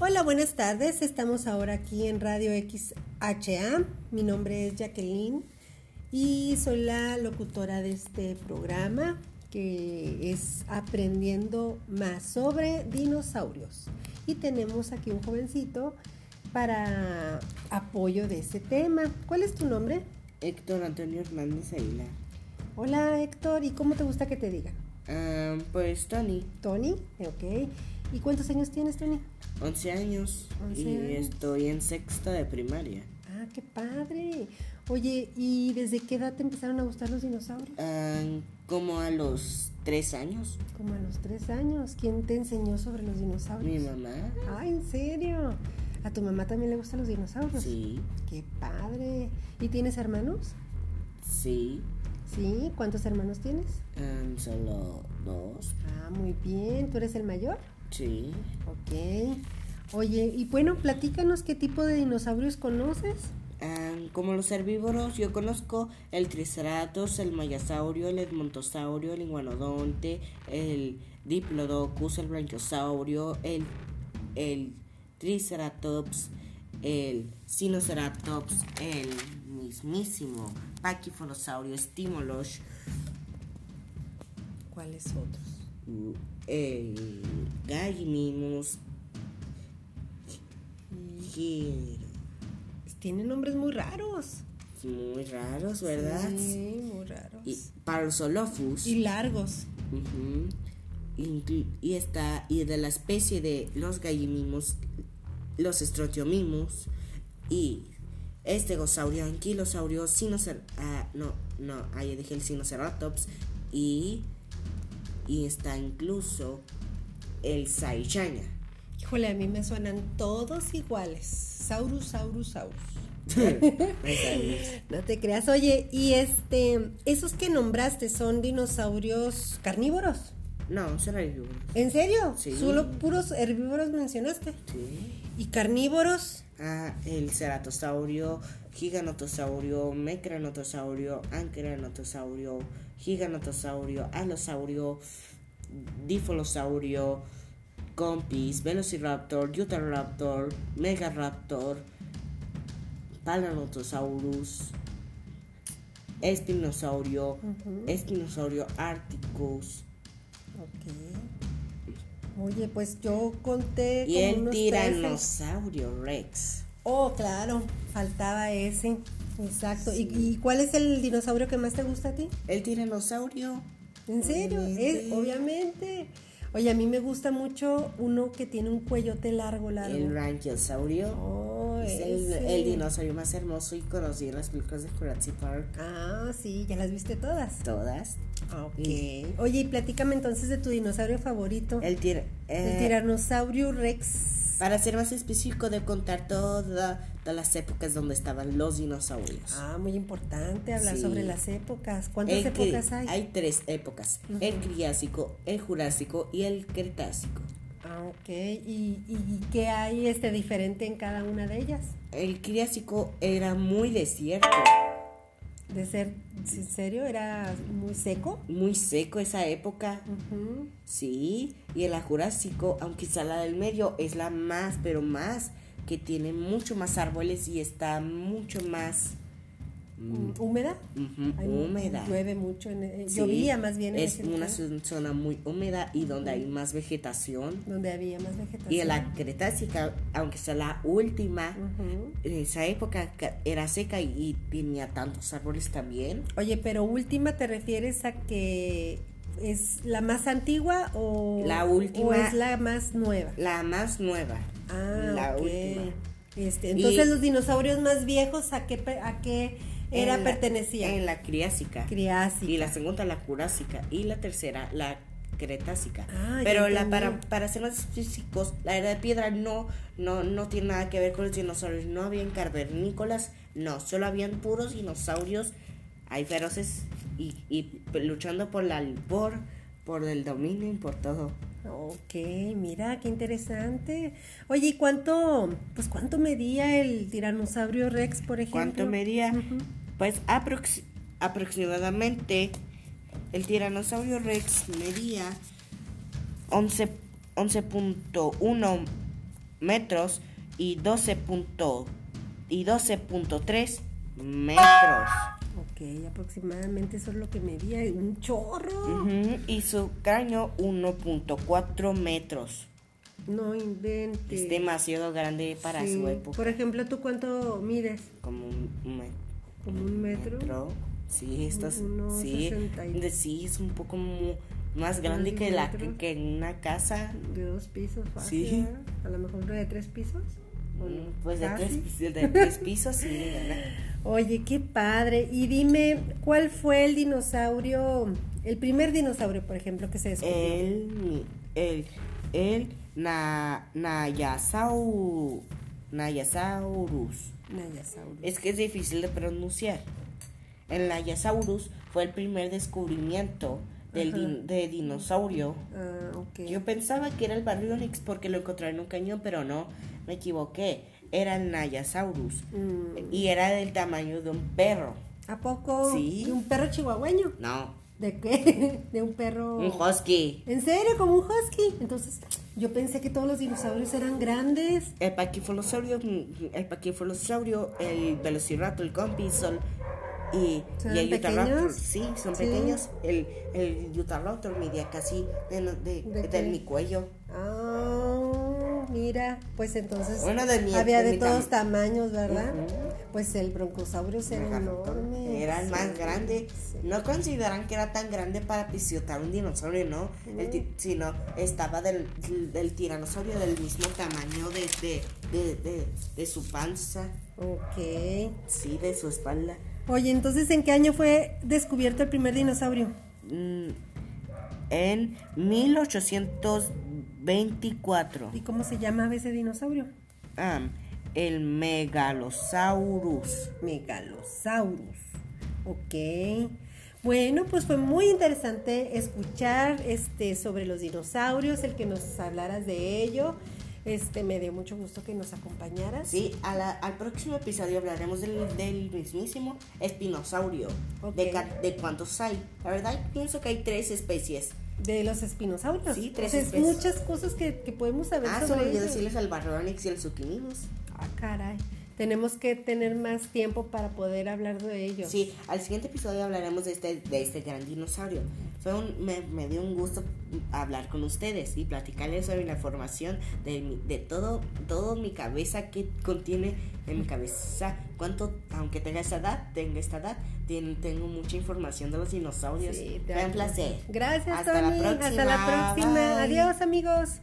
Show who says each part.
Speaker 1: Hola, buenas tardes. Estamos ahora aquí en Radio XHA. Mi nombre es Jacqueline y soy la locutora de este programa que es Aprendiendo más sobre dinosaurios. Y tenemos aquí un jovencito para apoyo de ese tema. ¿Cuál es tu nombre?
Speaker 2: Héctor Antonio Hernández Aguilar.
Speaker 1: Hola Héctor, ¿y cómo te gusta que te digan?
Speaker 2: Ah, pues Tony,
Speaker 1: Tony, ok. ¿Y cuántos años tienes, Tony?
Speaker 2: 11 años
Speaker 1: 11
Speaker 2: y
Speaker 1: años.
Speaker 2: estoy en sexta de primaria.
Speaker 1: Ah, qué padre. Oye, ¿y desde qué edad te empezaron a gustar los dinosaurios?
Speaker 2: Ah, como a los 3 años,
Speaker 1: Como a los tres años. ¿Quién te enseñó sobre los
Speaker 2: mi
Speaker 1: dinosaurios?
Speaker 2: mamá,
Speaker 1: Ah, ¿en serio? ¿A tu mamá también le gustan los dinosaurios?
Speaker 2: sí,
Speaker 1: Qué padre. ¿Y tienes hermanos?
Speaker 2: sí,
Speaker 1: Sí. ¿Cuántos hermanos tienes?
Speaker 2: ah, solo dos,
Speaker 1: Ah, muy bien. ¿Tú eres el mayor?
Speaker 2: sí.
Speaker 1: Ok. Oye, y bueno, platícanos qué tipo de dinosaurios conoces.
Speaker 2: Ah, como los herbívoros, yo conozco el triceratops, el mayasaurio, el edmontosaurio, el iguanodonte, el diplodocus, el branquiosaurio, el, el triceratops, el sinoceratops, el mismísimo paquifonosaurio, estímulos,
Speaker 1: ¿Cuáles otros?
Speaker 2: el gallimimus, gir-
Speaker 1: Tienen nombres muy raros.
Speaker 2: muy raros, ¿verdad?
Speaker 1: Sí, muy raros.
Speaker 2: Y Parasolofus.
Speaker 1: y largos.
Speaker 2: Ujú. Inclu- Y está y de la especie de los gallimimos, los estrotiomimos y estegosaurio, anquilosaurio, sinocer ah, no, no, ahí dejé el sinoceratops y y está incluso el saiyanya.
Speaker 1: Híjole, a mí me suenan todos iguales. Saurus, Saurus, Saurus. No te creas. Oye, y este, esos que nombraste son dinosaurios carnívoros.
Speaker 2: no, será herbívoros.
Speaker 1: ¿En serio?
Speaker 2: Sí.
Speaker 1: Solo puros herbívoros mencionaste.
Speaker 2: Sí.
Speaker 1: ¿Y carnívoros?
Speaker 2: Ah, el ceratosaurio, giganotosaurio, mecranotosaurio, anqueranotosaurio, giganotosaurio, alosaurio, difolosaurio, compis, velociraptor, utahraptor, megaraptor, palanotosaurus, espinosaurio,
Speaker 1: Ujú.
Speaker 2: espinosaurio articus
Speaker 1: Ok. Oye, pues yo conté
Speaker 2: y
Speaker 1: como
Speaker 2: el
Speaker 1: unos trece.
Speaker 2: tiranosaurio rex.
Speaker 1: Oh, claro, faltaba ese. Exacto. ¿Y-
Speaker 2: Sí.
Speaker 1: ¿Y, cuál es el dinosaurio que más te gusta a ti?
Speaker 2: El tiranosaurio
Speaker 1: ¿En serio?
Speaker 2: Obviamente.
Speaker 1: Es, obviamente. Oye, a mí me gusta mucho uno que tiene un cuellote largo, largo.
Speaker 2: El branquiosaurio
Speaker 1: Oh,
Speaker 2: es el,
Speaker 1: ese.
Speaker 2: el dinosaurio más hermoso y conocido en las películas de Jurassic Park.
Speaker 1: Ah, sí, ya las viste todas. Ah,
Speaker 2: Todas.
Speaker 1: Ok. Oye, y platícame entonces de tu dinosaurio favorito. El,
Speaker 2: El, tir- eh,
Speaker 1: tiranosaurio Rex.
Speaker 2: Para ser más específico, de contar toda- todas las épocas donde estaban los dinosaurios.
Speaker 1: Ah, muy importante hablar
Speaker 2: Sí.
Speaker 1: sobre las épocas. ¿Cuántas
Speaker 2: El cri-
Speaker 1: épocas hay?
Speaker 2: Hay tres épocas: el Criásico, el Jurásico y el Cretácico.
Speaker 1: Ah, ok. ¿Y, y, y qué hay este diferente en cada una de ellas?
Speaker 2: El Criásico era muy desierto,
Speaker 1: De ser, ¿en serio? ¿Era muy seco?
Speaker 2: muy seco esa época.
Speaker 1: Ujú.
Speaker 2: Sí, y el Jurásico, aunque está la del medio, es la más, pero más, que tiene mucho más árboles y está mucho más
Speaker 1: Mm, ¿Húmeda?
Speaker 2: ujú,
Speaker 1: Hay mu-
Speaker 2: húmeda.
Speaker 1: Llueve mucho, en, eh,
Speaker 2: Sí,
Speaker 1: llovía más bien. en
Speaker 2: Es
Speaker 1: ese
Speaker 2: una
Speaker 1: entonces,
Speaker 2: zo- zona muy húmeda y donde hay más vegetación.
Speaker 1: Donde había más vegetación.
Speaker 2: Y en la Cretácica, aunque sea la última,
Speaker 1: Ujú.
Speaker 2: en esa época ca- era seca y, y tenía tantos árboles también.
Speaker 1: Oye, pero última te refieres a que es la más antigua o,
Speaker 2: La última.
Speaker 1: o es la más nueva.
Speaker 2: La más nueva.
Speaker 1: Ah,
Speaker 2: la
Speaker 1: ok.
Speaker 2: última.
Speaker 1: Este,
Speaker 2: Y-
Speaker 1: entonces los dinosaurios más viejos a qué pe- a qué era
Speaker 2: En la-
Speaker 1: pertenecían?
Speaker 2: En la Criásica.
Speaker 1: Criásico.
Speaker 2: Y la segunda, la Jurásica. Y la tercera, la Cretácica.
Speaker 1: Ah, ya
Speaker 2: Pero la
Speaker 1: entendí.
Speaker 2: para, para ser más físicos, la era de piedra no, no, no tiene nada que ver con los dinosaurios. No habían carvernícolas, no, solo habían puros dinosaurios. Hay feroces y, y luchando por la por, por el dominio y por todo.
Speaker 1: Ok, mira, qué interesante. Oye, ¿y cuánto, pues cuánto medía el tiranosaurio Rex, por ejemplo?
Speaker 2: ¿Cuánto medía?
Speaker 1: Ujú.
Speaker 2: Pues aprox- aproximadamente el tiranosaurio rex medía 11 11.1 metros y 12. punto- y 12.3 metros.
Speaker 1: Ok, aproximadamente eso es lo que medía, un chorro.
Speaker 2: Ujú, Y su cráneo 1.4 metros.
Speaker 1: No inventes.
Speaker 2: Es demasiado grande Este para
Speaker 1: Sí.
Speaker 2: su época.
Speaker 1: Por ejemplo, ¿tú cuánto mides?
Speaker 2: Como un, un me-
Speaker 1: ¿Como un metro?
Speaker 2: Sí, estás,
Speaker 1: Uno
Speaker 2: sí,
Speaker 1: sesenta y-
Speaker 2: de- sí, es un poco mu- más grande
Speaker 1: de
Speaker 2: que, la,
Speaker 1: metro.
Speaker 2: que en una casa.
Speaker 1: De dos pisos, fácil.
Speaker 2: Sí.
Speaker 1: ¿verdad? A lo mejor de tres pisos. ¿o no?
Speaker 2: Mm, Pues de
Speaker 1: Fácil.
Speaker 2: tres, de tres pisos, sí, ¿verdad?
Speaker 1: Oye, qué padre. Y dime, ¿cuál fue el dinosaurio, el primer dinosaurio, por ejemplo, que se descubrió?
Speaker 2: El, mi- el, el na, Nayasau- Nayasaurus.
Speaker 1: Nayasaurio.
Speaker 2: Es que es difícil de pronunciar. El Nayasaurus fue el primer descubrimiento del
Speaker 1: Ajá.
Speaker 2: din- de dinosaurio.
Speaker 1: Ah, ok.
Speaker 2: Yo pensaba que era el Baryonyx porque lo encontré en un cañón, pero no, me equivoqué. Era el Nayasaurus
Speaker 1: Mm,
Speaker 2: y era del tamaño de un perro.
Speaker 1: ¿A poco?
Speaker 2: Sí.
Speaker 1: ¿De un perro chihuahueño?
Speaker 2: No,
Speaker 1: ¿De qué? ¿De un perro?
Speaker 2: un husky.
Speaker 1: ¿En serio? ¿Como un husky? Entonces, yo pensé que todos los dinosaurios eran grandes.
Speaker 2: El paquifalosaurio, el paquifalosaurio, el velociraptor, el compisol y,
Speaker 1: ¿Son
Speaker 2: y el Utahraptor.
Speaker 1: pequeños?
Speaker 2: Sí, son
Speaker 1: Sí.
Speaker 2: pequeños. El, el Utahraptor medía casi de, de-
Speaker 1: ¿De
Speaker 2: de
Speaker 1: qué?
Speaker 2: mi cuello.
Speaker 1: Ah, mira, pues entonces
Speaker 2: Bueno, de mi-
Speaker 1: había
Speaker 2: de
Speaker 1: de,
Speaker 2: mi
Speaker 1: todos
Speaker 2: tama-
Speaker 1: tamaños, ¿verdad?
Speaker 2: Ujú.
Speaker 1: Pues el broncosaurio era enorme.
Speaker 2: Era el
Speaker 1: sí.
Speaker 2: más grande.
Speaker 1: Sí.
Speaker 2: No consideran que era tan grande para pisotear un dinosaurio, ¿no? El ti- sino estaba del, del tiranosaurio del mismo tamaño de, de, de, de- de su panza,
Speaker 1: Ok.
Speaker 2: sí, de su espalda.
Speaker 1: Oye, entonces, ¿en qué año fue descubierto el primer dinosaurio?
Speaker 2: Mm, En 1824,
Speaker 1: ¿Y cómo se llamaba ese dinosaurio?
Speaker 2: am, Ah, el megalosaurus.
Speaker 1: Megalosaurus. Ok. Bueno, pues fue muy interesante escuchar este, sobre los dinosaurios, el que nos hablaras de ello. Este, me dio mucho gusto que nos acompañaras.
Speaker 2: Sí, a la- al próximo episodio hablaremos del, del mismísimo espinosaurio.
Speaker 1: Ok.
Speaker 2: De, ca- de cuántos hay. La verdad, pienso que hay tres especies.
Speaker 1: De los espinosaurios.
Speaker 2: Sí, tres
Speaker 1: Entonces,
Speaker 2: especies.
Speaker 1: muchas cosas que, que podemos saber
Speaker 2: Ah, se me
Speaker 1: sobre
Speaker 2: olvidó
Speaker 1: ellos.
Speaker 2: decirles al Baryonyx y el Zucchinimus.
Speaker 1: Ah, caray. Tenemos que tener más tiempo para poder hablar de ellos.
Speaker 2: Sí, al siguiente episodio hablaremos de este, de este gran dinosaurio. Fue un- me, me dio un gusto hablar con ustedes y platicarles sobre la formación de, mi- de todo, todo mi cabeza que contiene en mi cabeza. Cuánto, aunque tenga esta edad, tenga esta edad, ten- tengo mucha información de los dinosaurios.
Speaker 1: Sí, te
Speaker 2: Fue un
Speaker 1: amo.
Speaker 2: placer.
Speaker 1: Gracias,
Speaker 2: Hasta la
Speaker 1: Tony. Hasta la
Speaker 2: próxima.
Speaker 1: próxima.
Speaker 2: Bye.
Speaker 1: Adiós, amigos.